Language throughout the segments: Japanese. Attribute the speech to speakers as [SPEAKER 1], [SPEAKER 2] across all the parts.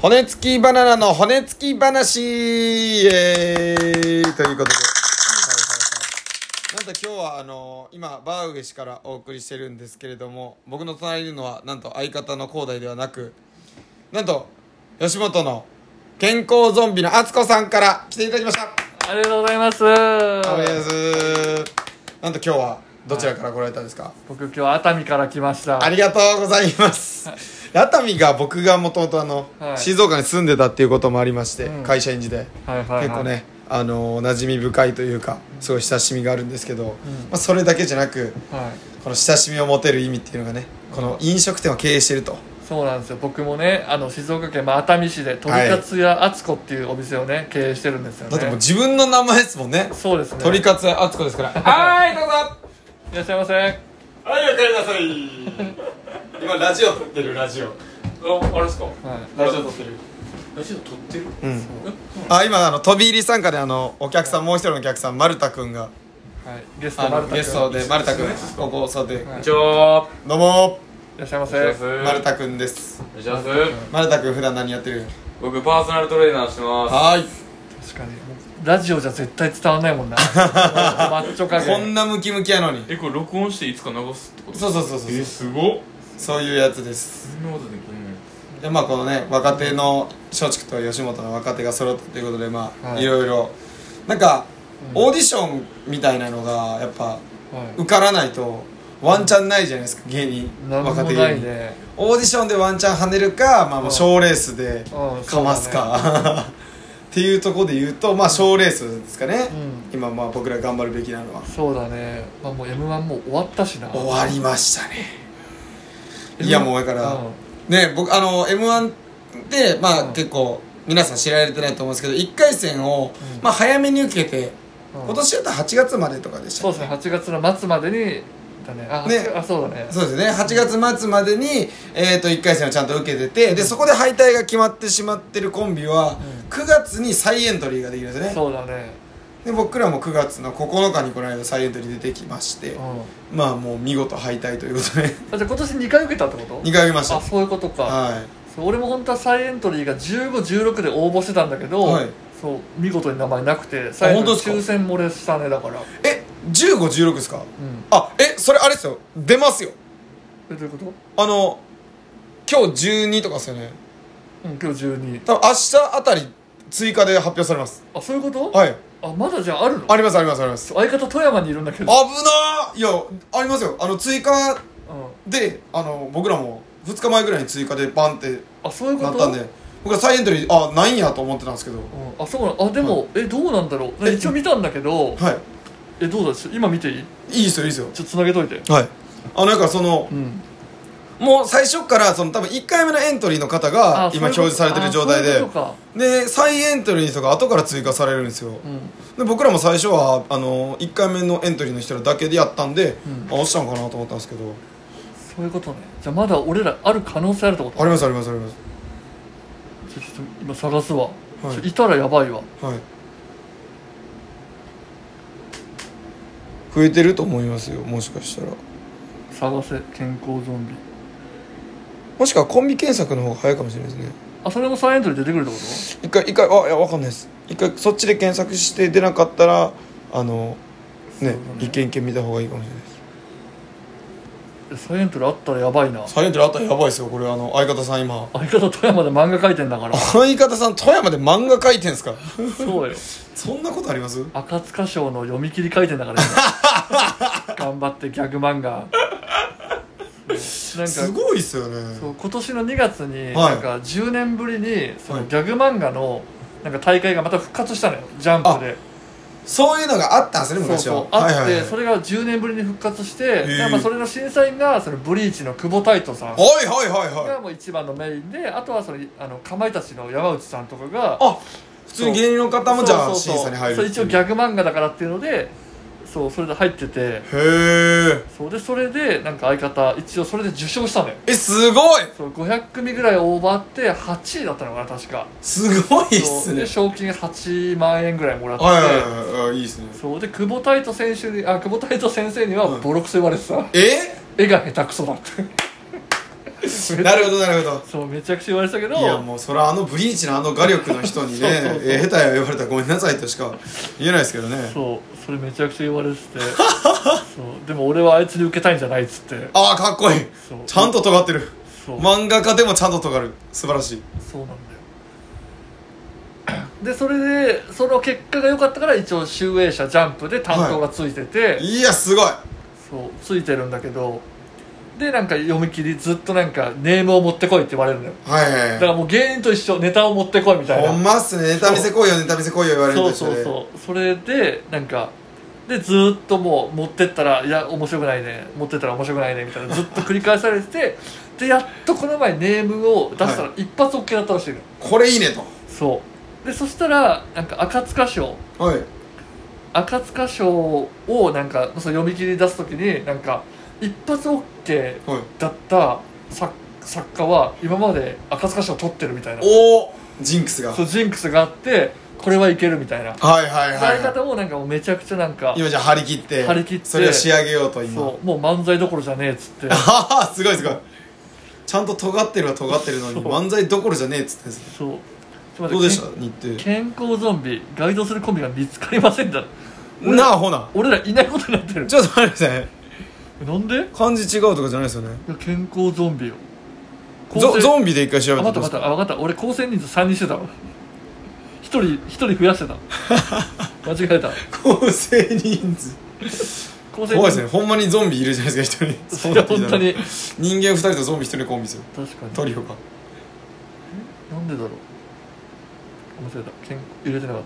[SPEAKER 1] 骨付きバナナの骨付き話イエーイということで。はいはいはい。なんと今日はあの今、バーウエシからお送りしてるんですけれども、僕の隣にいるのは、なんと相方の広大ではなく、なんと、吉本の健康ゾンビの敦子さんから来ていただきました。
[SPEAKER 2] ありがとうございます
[SPEAKER 1] おめでとうございます。なんと今日は、どちらから来られたんですか、
[SPEAKER 2] 僕今日熱海から来ました
[SPEAKER 1] ありがとうございます。熱海が僕がもともとあの、
[SPEAKER 2] はい
[SPEAKER 1] 静岡に住んでたっていうこともありまして、
[SPEAKER 2] ん
[SPEAKER 1] 会社員時代、
[SPEAKER 2] はいはい、はい、
[SPEAKER 1] 結構ね、あの馴染み深いというかすごい親しみがあるんですけど、まあ、それだけじゃなく
[SPEAKER 2] はい
[SPEAKER 1] この親しみを持てる意味っていうのがねこの飲食店を経営してると
[SPEAKER 2] そうなんですよ僕もねあの静岡県、まあ、熱海市でとりかつ屋あつこっていうお店をね経営してるんですよね
[SPEAKER 1] だってもう自分の名前ですもんね
[SPEAKER 2] そうですね
[SPEAKER 1] 鳥かつあつこですから はーいどうぞ
[SPEAKER 2] いらっしゃいませ
[SPEAKER 1] はいおかえりなさい今ラジオ撮ってるラジオ
[SPEAKER 3] あ、あれですか。
[SPEAKER 2] はい
[SPEAKER 3] ラジオ撮ってる。ラジオ撮ってる。
[SPEAKER 1] あ今あの飛び入り参加であのお客さんもう一人のお客さん丸太くんが
[SPEAKER 2] はい、ゲスト
[SPEAKER 1] あ
[SPEAKER 2] 丸
[SPEAKER 1] の
[SPEAKER 2] 田
[SPEAKER 1] ゲスト
[SPEAKER 2] 君
[SPEAKER 1] で丸太くんここ座って
[SPEAKER 2] はい
[SPEAKER 3] じゃあ、
[SPEAKER 1] どうも
[SPEAKER 2] いらっしゃいませ
[SPEAKER 3] お願いし
[SPEAKER 1] ー
[SPEAKER 3] ま
[SPEAKER 1] 丸
[SPEAKER 3] す。
[SPEAKER 1] 太くんです
[SPEAKER 3] お願いします。
[SPEAKER 1] 丸太くん普段何やってる
[SPEAKER 3] 僕パーソナルトレーナーしてま
[SPEAKER 1] はーい
[SPEAKER 2] 確かにもうラジオじゃ絶対伝わ んないもんなマッチョ加
[SPEAKER 1] こ
[SPEAKER 2] 減
[SPEAKER 1] んなムキムキやのに
[SPEAKER 3] す。え、これ録音していつか流すってこと。
[SPEAKER 1] そうそうそうそう
[SPEAKER 3] すごっ。
[SPEAKER 1] そういうやつです
[SPEAKER 3] そんなことできんね。
[SPEAKER 1] でまあこのね若手の松竹と吉本の若手が揃ったということでまあ、
[SPEAKER 2] はい
[SPEAKER 1] い、ろいろなんかオーディションみたいなのがやっぱ
[SPEAKER 2] は
[SPEAKER 1] 受からないとワンチャンないじゃないですか芸人
[SPEAKER 2] い、なんも
[SPEAKER 1] 若手
[SPEAKER 2] な
[SPEAKER 1] 芸
[SPEAKER 2] い
[SPEAKER 1] 人
[SPEAKER 2] ね
[SPEAKER 1] オーディションでワンチャン跳ねるか、まあ、もう賞レースで
[SPEAKER 2] うん
[SPEAKER 1] かますか、っていうところで言うとまあ賞レースですかね、今まあ僕ら頑張るべきなのは
[SPEAKER 2] そうだね、まあ、もう m 1もう終わったしな
[SPEAKER 1] 終わりましたねいやもうだから、
[SPEAKER 2] うん
[SPEAKER 1] ね僕あの m 1でまあ、
[SPEAKER 2] うん
[SPEAKER 1] 結構皆さん知られてないと思うんですけど1回戦を、
[SPEAKER 2] うん
[SPEAKER 1] まあ、早めに受けて、
[SPEAKER 2] うん
[SPEAKER 1] 今年だったら8月までとかでした
[SPEAKER 2] そう
[SPEAKER 1] っ
[SPEAKER 2] で
[SPEAKER 1] け
[SPEAKER 2] すね8月の末までにだねあ
[SPEAKER 1] ね
[SPEAKER 2] ねあそうだね
[SPEAKER 1] そうですね8月末までに、えー、と1回戦をちゃんと受けててでそこで敗退が決まってしまってるコンビは、
[SPEAKER 2] う
[SPEAKER 1] 9月に再エントリーができるんですね
[SPEAKER 2] そうだね
[SPEAKER 1] で僕らも9月の9日にこの間再エントリー出てきまして、
[SPEAKER 2] うん
[SPEAKER 1] まあもう見事敗退ということで
[SPEAKER 2] あじゃあ今年2回受けたってこと
[SPEAKER 1] 2回見ました
[SPEAKER 2] あそういうことか、
[SPEAKER 1] はい
[SPEAKER 2] そう俺も本当は再エントリーが1516で応募してたんだけど、
[SPEAKER 1] はい
[SPEAKER 2] そう見事に名前なくて最後
[SPEAKER 1] 本当ですか
[SPEAKER 2] 抽選漏れしたねだから
[SPEAKER 1] え1516ですか
[SPEAKER 2] うん
[SPEAKER 1] あえそれあれですよ出ますよ
[SPEAKER 2] えどういうこと
[SPEAKER 1] あの今日12とかですよね
[SPEAKER 2] うん今日12
[SPEAKER 1] 多分明日あたり追加で発表されます
[SPEAKER 2] あそういうこと、
[SPEAKER 1] はい
[SPEAKER 2] あまだじゃああるの
[SPEAKER 1] ありますありますあります
[SPEAKER 2] 相方富山にいるんだけ
[SPEAKER 1] 危
[SPEAKER 2] ど、
[SPEAKER 1] な
[SPEAKER 2] うん、
[SPEAKER 1] ーいやありますよあの追加であの僕らも2日前ぐらいに追加でバンって
[SPEAKER 2] あそういうこと
[SPEAKER 1] なったんで僕ら再エントリーあないんやと思ってたんですけど
[SPEAKER 2] うん、あそうなのあでも、えどうなんだろう
[SPEAKER 1] え
[SPEAKER 2] 一応見たんだけど
[SPEAKER 1] は
[SPEAKER 2] えどうだちょ今見ていい
[SPEAKER 1] いいいですよいいですよ
[SPEAKER 2] ちょっとつなげといて
[SPEAKER 1] はいあなんかその
[SPEAKER 2] うん
[SPEAKER 1] もう最初からその多分1回目のエントリーの方が
[SPEAKER 2] あ
[SPEAKER 1] 今表
[SPEAKER 2] そういうこと
[SPEAKER 1] 示されてる状態
[SPEAKER 2] あそう
[SPEAKER 1] で
[SPEAKER 2] いうことか
[SPEAKER 1] で再エントリーの人が後から追加されるんですよ
[SPEAKER 2] う
[SPEAKER 1] で
[SPEAKER 2] ん
[SPEAKER 1] 僕らも最初はあの1回目のエントリーの人らだけでやったんで、
[SPEAKER 2] う
[SPEAKER 1] あ
[SPEAKER 2] ん
[SPEAKER 1] 落ちたのかなと思ったんですけど
[SPEAKER 2] そういうことねじゃあまだ俺らある可能性あるってこと
[SPEAKER 1] ありますありますあります
[SPEAKER 2] ちょちょっと今探すわ、
[SPEAKER 1] はい
[SPEAKER 2] ちょい、たらやばいわ
[SPEAKER 1] はい増えてると思いますよもしかしたら
[SPEAKER 2] 探せ健康ゾンビ
[SPEAKER 1] もしくはコンビ検索の方が早いかもしれないですね
[SPEAKER 2] あそれも再エントリー出てくるってこ
[SPEAKER 1] 一回一回あいやわかんないです一回そっちで検索して出なかったらあの
[SPEAKER 2] そうだ
[SPEAKER 1] ね
[SPEAKER 2] ね
[SPEAKER 1] 一件一件見た方がいいかもしれないです
[SPEAKER 2] といや再エントリーあったらやばいな
[SPEAKER 1] サイレントリーあったらやばいですよこれあの相方さん今
[SPEAKER 2] 相方富山で漫画描いてんだか ら
[SPEAKER 1] 相方さん富山で漫画描いてんすか
[SPEAKER 2] そうよ
[SPEAKER 1] そんなことあります
[SPEAKER 2] 赤塚賞の読み切り書いてんだから 今頑張ってギャグ漫画そうな
[SPEAKER 1] す
[SPEAKER 2] んか
[SPEAKER 1] ごいっすよね
[SPEAKER 2] そう今年の2月に、
[SPEAKER 1] はい
[SPEAKER 2] なんか10年ぶりにそ
[SPEAKER 1] は
[SPEAKER 2] の
[SPEAKER 1] い
[SPEAKER 2] ギャグ漫画のなんか大会がまた復活したのよジャンプで
[SPEAKER 1] そういうのがあったんですね
[SPEAKER 2] そう
[SPEAKER 1] 昔は
[SPEAKER 2] そうあって、
[SPEAKER 1] はいはいはい
[SPEAKER 2] それが10年ぶりに復活して、
[SPEAKER 1] ー
[SPEAKER 2] なんかそれの審査員がそのブリーチの久保太斗さん
[SPEAKER 1] はいはいはいはい
[SPEAKER 2] がもう一番のメインであとはそのあのかまいたちの山内さんとかが
[SPEAKER 1] あ普通に芸人の方もじゃあ
[SPEAKER 2] そうそうそう
[SPEAKER 1] 審査に入る
[SPEAKER 2] そう一応ギ
[SPEAKER 1] へ
[SPEAKER 2] ャグ漫画だからっていうのでそうそれで入ってて
[SPEAKER 1] え
[SPEAKER 2] そうでそれでなんか相方一応それで受賞したのよ
[SPEAKER 1] えすごい
[SPEAKER 2] そう500組ぐらい応募あって8位だったのかな確か
[SPEAKER 1] すごいっ
[SPEAKER 2] そ
[SPEAKER 1] す
[SPEAKER 2] う
[SPEAKER 1] ね
[SPEAKER 2] で賞金8万円ぐらいもらって、
[SPEAKER 1] はいはいはいはいいいっすね
[SPEAKER 2] そうで久保太斗選手にあ久保太斗先生には
[SPEAKER 1] はい
[SPEAKER 2] ボロクソ言われてた、
[SPEAKER 1] え
[SPEAKER 2] 絵が下手くそだって
[SPEAKER 1] なるほどなるほ
[SPEAKER 2] そうめちゃくちゃ言われてたけど
[SPEAKER 1] どいやもうそれはあのブリーチのあの画力の人 にねえー下手や言われたらごめんなさいとしか言えないですけどね
[SPEAKER 2] そうそれめちゃくちゃ言われ ててそうでも俺はあいつに受けたいんじゃないっつって
[SPEAKER 1] ああかっこいい
[SPEAKER 2] そう
[SPEAKER 1] ちゃんと尖ってる
[SPEAKER 2] そう
[SPEAKER 1] 漫画家でもちゃんと尖る素晴らしい
[SPEAKER 2] そうなんだよでそれでその結果が良かったから一応「集英社ジャンプ」で担当がついてて、
[SPEAKER 1] いやすごい
[SPEAKER 2] そうついてるんだけどでなんか読み切りずっとなんかネームを持ってこいって言われるのよ
[SPEAKER 1] はいはいは
[SPEAKER 2] だか
[SPEAKER 1] い
[SPEAKER 2] らもう芸人と一緒ネタを持ってこいみたいな
[SPEAKER 1] ほんまっすねネタ見せ来いよネタ見せ来いよ言われる
[SPEAKER 2] そう
[SPEAKER 1] として
[SPEAKER 2] そ
[SPEAKER 1] ね
[SPEAKER 2] うそうそれでなんかでずーっともう持ってったらいや面白くないね持ってったら面白くないねみたいなずっと繰り返されて てでやっとこの前ネームを出したら一発 OK だったらしいのよ
[SPEAKER 1] これいいね
[SPEAKER 2] そうでそしたらなんか赤塚賞
[SPEAKER 1] とはい
[SPEAKER 2] 赤塚賞をなんかその読み切り出す時になんか一発 OK
[SPEAKER 1] はい
[SPEAKER 2] だった作作家は今まで赤塚賞取ってるみたいな
[SPEAKER 1] おおジンクスがは
[SPEAKER 2] そ
[SPEAKER 1] いう
[SPEAKER 2] ジンクスがあってこれはいけるみたいな
[SPEAKER 1] はいはい
[SPEAKER 2] 伝え
[SPEAKER 1] は
[SPEAKER 2] 方もなんかもうめちゃくちゃなんか
[SPEAKER 1] い今じゃあ張り切って
[SPEAKER 2] 張り切って
[SPEAKER 1] それを仕上げようと今
[SPEAKER 2] そうもう漫才どころじゃねえっつ って
[SPEAKER 1] ああすごいすごいちゃんと尖ってるは尖ってるのに漫才どころじゃねえっつってんですね
[SPEAKER 2] そうちょっと待って
[SPEAKER 1] どうでした
[SPEAKER 2] けん
[SPEAKER 1] 日程
[SPEAKER 2] 健康ゾンビガイドするコンビが見つかりませんだ
[SPEAKER 1] なあほな
[SPEAKER 2] 俺らいないことになってる
[SPEAKER 1] ちょっと待ってください
[SPEAKER 2] なんでい
[SPEAKER 1] 漢字違うとかじゃないですよね
[SPEAKER 2] や健康ゾンビよ
[SPEAKER 1] ゾ
[SPEAKER 2] ン
[SPEAKER 1] ゾンビで一回調
[SPEAKER 2] あ
[SPEAKER 1] べ
[SPEAKER 2] 待
[SPEAKER 1] て
[SPEAKER 2] った
[SPEAKER 1] みます
[SPEAKER 2] 待ったあ分かった俺構成人数3人してたわ1人1人増やしてた 間違えた
[SPEAKER 1] 構成人数
[SPEAKER 2] 構成
[SPEAKER 1] 怖い
[SPEAKER 2] 人
[SPEAKER 1] ですねほんまにゾンビいるじゃないですか一人
[SPEAKER 2] いや本当に
[SPEAKER 1] 人間二人とゾンビ一人コンビですよ
[SPEAKER 2] 確かに
[SPEAKER 1] トリオが
[SPEAKER 2] なんでだろう間違えた健入れてなかった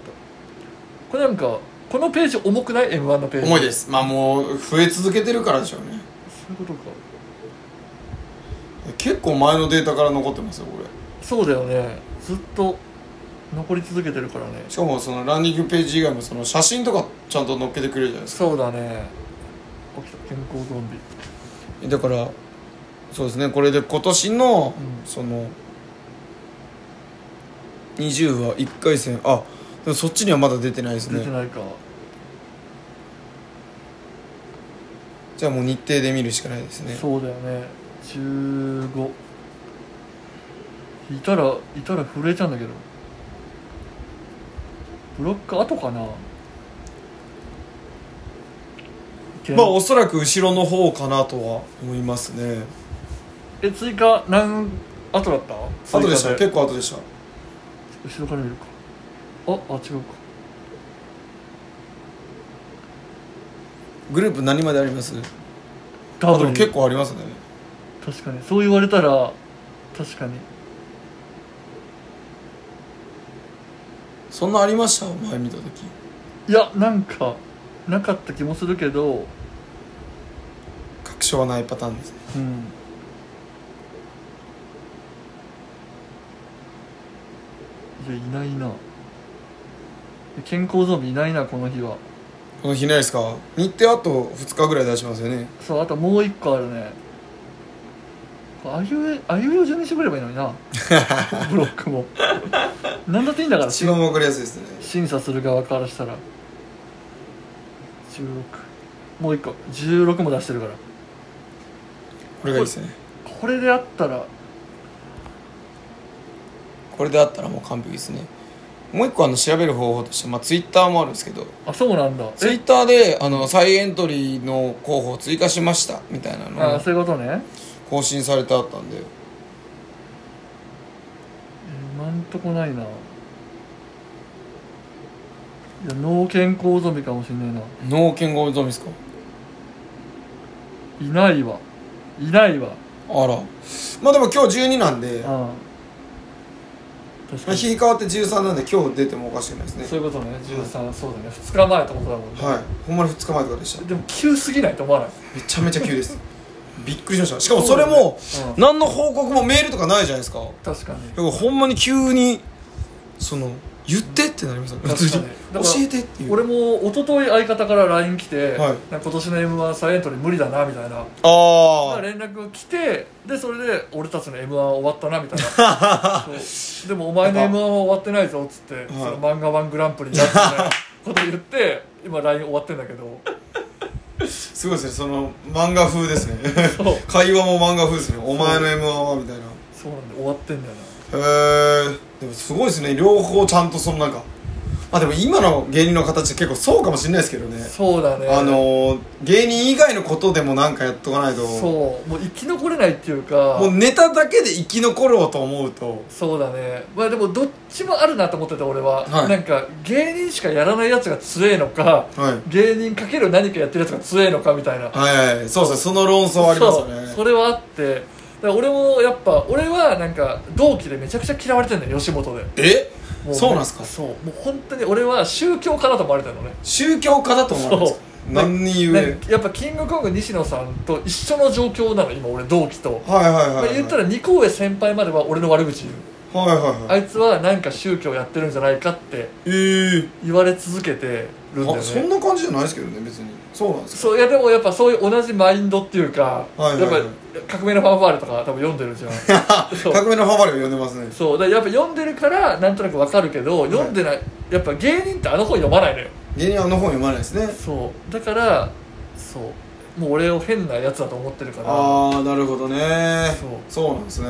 [SPEAKER 2] これなんかこのページ重くない m 1のページ
[SPEAKER 1] 重いですまあもう増え続けてるからでしょうね
[SPEAKER 2] そういうことか
[SPEAKER 1] 結構前のデータから残ってますよこれ
[SPEAKER 2] そうだよねずっと残り続けてるからね
[SPEAKER 1] しかもそのランニングページ以外もその写真とかちゃんと載っけてくれるじゃないですか
[SPEAKER 2] そうだね起きた健康ゾンビ
[SPEAKER 1] だからそうですねこれで今年の、
[SPEAKER 2] うん
[SPEAKER 1] その20は1回戦あでもそっちにはまだ出てないです
[SPEAKER 2] 出て
[SPEAKER 1] ね
[SPEAKER 2] ないか、
[SPEAKER 1] じゃあもう日程で見るしかないですね
[SPEAKER 2] そうだよね15いたらいたら震えちゃうんだけどブロック後かなけん
[SPEAKER 1] まあおそらく後ろの方かなとは思いますね
[SPEAKER 2] え追加何後だった
[SPEAKER 1] 後でした
[SPEAKER 2] 追加
[SPEAKER 1] 結構後でした
[SPEAKER 2] 後ろから見るかああ違うか
[SPEAKER 1] グループ何まであります
[SPEAKER 2] ダ
[SPEAKER 1] あで
[SPEAKER 2] ブ
[SPEAKER 1] も
[SPEAKER 2] ル
[SPEAKER 1] 結構ありますね
[SPEAKER 2] 確かにそう言われたら確かに
[SPEAKER 1] そんなありました前見た時
[SPEAKER 2] いやなんかなかった気もするけど
[SPEAKER 1] 確証はないパターンですね
[SPEAKER 2] うんいやいないな健康ゾンビいないなこの日は
[SPEAKER 1] この日ないですか日程あと2日ぐらい出しますよね
[SPEAKER 2] そうあともう一個あるねあゆえあゆえを順にしてくればいいのになブロックも何だっていいんだから
[SPEAKER 1] 一番分かりやすいですね
[SPEAKER 2] 審査する側からしたら16もう一個16も出してるから
[SPEAKER 1] これがいいですね
[SPEAKER 2] これであったら
[SPEAKER 1] これであったらもう完璧ですねもう一個あの調べる方法として、まあ、ツイッターもあるんですけど
[SPEAKER 2] あそうなんだ
[SPEAKER 1] ツイッターであの再エントリーの候補を追加しましたみたいなの
[SPEAKER 2] あ
[SPEAKER 1] が
[SPEAKER 2] そういうことね
[SPEAKER 1] 更新されてあったんで
[SPEAKER 2] 今んとこないないや脳健康ゾンビかもしんね
[SPEAKER 1] 脳健康ゾンビですか
[SPEAKER 2] えないないわいないわ
[SPEAKER 1] あらまあでも今日12なんでま
[SPEAKER 2] ああ確か
[SPEAKER 1] あ
[SPEAKER 2] に
[SPEAKER 1] 日変わって13なんで今日出てもおかしくないですね
[SPEAKER 2] そういうことね13、そうだね2日前ってことだもんね、
[SPEAKER 1] はいほんまに2日前とかでした
[SPEAKER 2] でも急すぎないと思わない
[SPEAKER 1] めちゃめちゃ急ですびっくりしましたしかもそれも
[SPEAKER 2] そうだねうん
[SPEAKER 1] 何の報告もメールとかないじゃないですか
[SPEAKER 2] 確かに
[SPEAKER 1] だからほんまに急にその言ってってなりますよ普
[SPEAKER 2] 確か
[SPEAKER 1] 通
[SPEAKER 2] に
[SPEAKER 1] に
[SPEAKER 2] だ
[SPEAKER 1] 教
[SPEAKER 2] から
[SPEAKER 1] えてっていう
[SPEAKER 2] 俺も一昨日相方から LINE 来て、
[SPEAKER 1] はい
[SPEAKER 2] なんか今年の m 1再エントリー無理だなみたいなま
[SPEAKER 1] あ
[SPEAKER 2] あ
[SPEAKER 1] あ
[SPEAKER 2] 連絡が来てでそれで俺たちの m 1終わったなみたい なそうでもお前の m 1は終わってないぞっつって、そ の漫画ワングランプリだっつってこと言って今 LINE 終わってんだけど
[SPEAKER 1] すごいですねその漫画風ですね
[SPEAKER 2] そう
[SPEAKER 1] 会話も漫画風ですねお前の m 1はみたいな
[SPEAKER 2] そうなんで終わってんだよな
[SPEAKER 1] へえでもすごいですね両方ちゃんとそのなんかまあでも今の芸人の形結構そうかもしれないですけどね
[SPEAKER 2] そうだね
[SPEAKER 1] あのー芸人以外のことでもなんかやっとかないと
[SPEAKER 2] そうもう生き残れないっていうか
[SPEAKER 1] もうネタだけで生き残ろうと思うと
[SPEAKER 2] そうだねまあでもどっちもあるなと思ってて俺は、
[SPEAKER 1] はい
[SPEAKER 2] なんか芸人しかやらないやつが強えのか
[SPEAKER 1] はい
[SPEAKER 2] 芸人かける何かやってるやつが強えのかみたいな、
[SPEAKER 1] はいはいそうですねその論争ありますよね
[SPEAKER 2] そうそれはあってだから俺もやっぱ俺はなんか同期でめちゃくちゃ嫌われてんだよ吉本で
[SPEAKER 1] え
[SPEAKER 2] も
[SPEAKER 1] そうなんすか
[SPEAKER 2] そうもう本当に俺は宗教家だと思われてるのね
[SPEAKER 1] 宗教家だと思われますか
[SPEAKER 2] そう
[SPEAKER 1] 何に言
[SPEAKER 2] なん
[SPEAKER 1] え
[SPEAKER 2] かやっぱキングコング西野さんと一緒の状況なの今俺同期と、
[SPEAKER 1] はいはいはい、
[SPEAKER 2] まあ、言ったら二個上先輩までは俺の悪口言う
[SPEAKER 1] はいはいは
[SPEAKER 2] あ
[SPEAKER 1] い
[SPEAKER 2] いつはなんか宗教やってるんじゃないかって
[SPEAKER 1] えー
[SPEAKER 2] 言われ続けてるんだよ
[SPEAKER 1] あそん
[SPEAKER 2] ね
[SPEAKER 1] な感じじゃないですけどね別にそうなんですか
[SPEAKER 2] そういやでもやっぱそういう同じマインドっていうか、
[SPEAKER 1] はいはいはい
[SPEAKER 2] やっぱ革命のファンファーレとか多分読んで るじゃんそう
[SPEAKER 1] 革命のファバレを読んでますね
[SPEAKER 2] そうだからやっぱ読んでるからなんとなくわかるけど読んでない、やっぱ芸人ってあの本読まないのよ
[SPEAKER 1] 芸人はあの本読まないですね
[SPEAKER 2] そうだからそうもう俺を変なやつだと思ってるから
[SPEAKER 1] ああなるほどね
[SPEAKER 2] そう
[SPEAKER 1] そうなんですね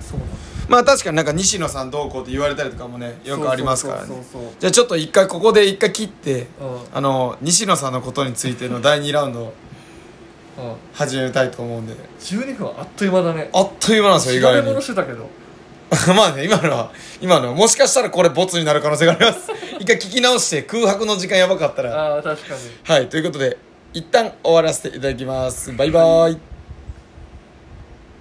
[SPEAKER 2] そうなん
[SPEAKER 1] まあ確かになんか西野さんどうこうって言われたりとかもねよくありますから
[SPEAKER 2] そう
[SPEAKER 1] ね
[SPEAKER 2] そうそう
[SPEAKER 1] じゃあちょっと一回ここで一回切って
[SPEAKER 2] そううん
[SPEAKER 1] あの西野さんのことについての第2ラウンドを
[SPEAKER 2] うん
[SPEAKER 1] 始めたいと思うんで
[SPEAKER 2] 12分あっという間だね
[SPEAKER 1] あっという間なんですよ意外
[SPEAKER 2] 調べ物
[SPEAKER 1] に
[SPEAKER 2] してたけど
[SPEAKER 1] まあね今のは今のはもしかしたらこれボツになる可能性があります一回聞き直して空白の時間やばかったら
[SPEAKER 2] ああ確かに
[SPEAKER 1] はいということで一旦終わらせていただきますバイバイ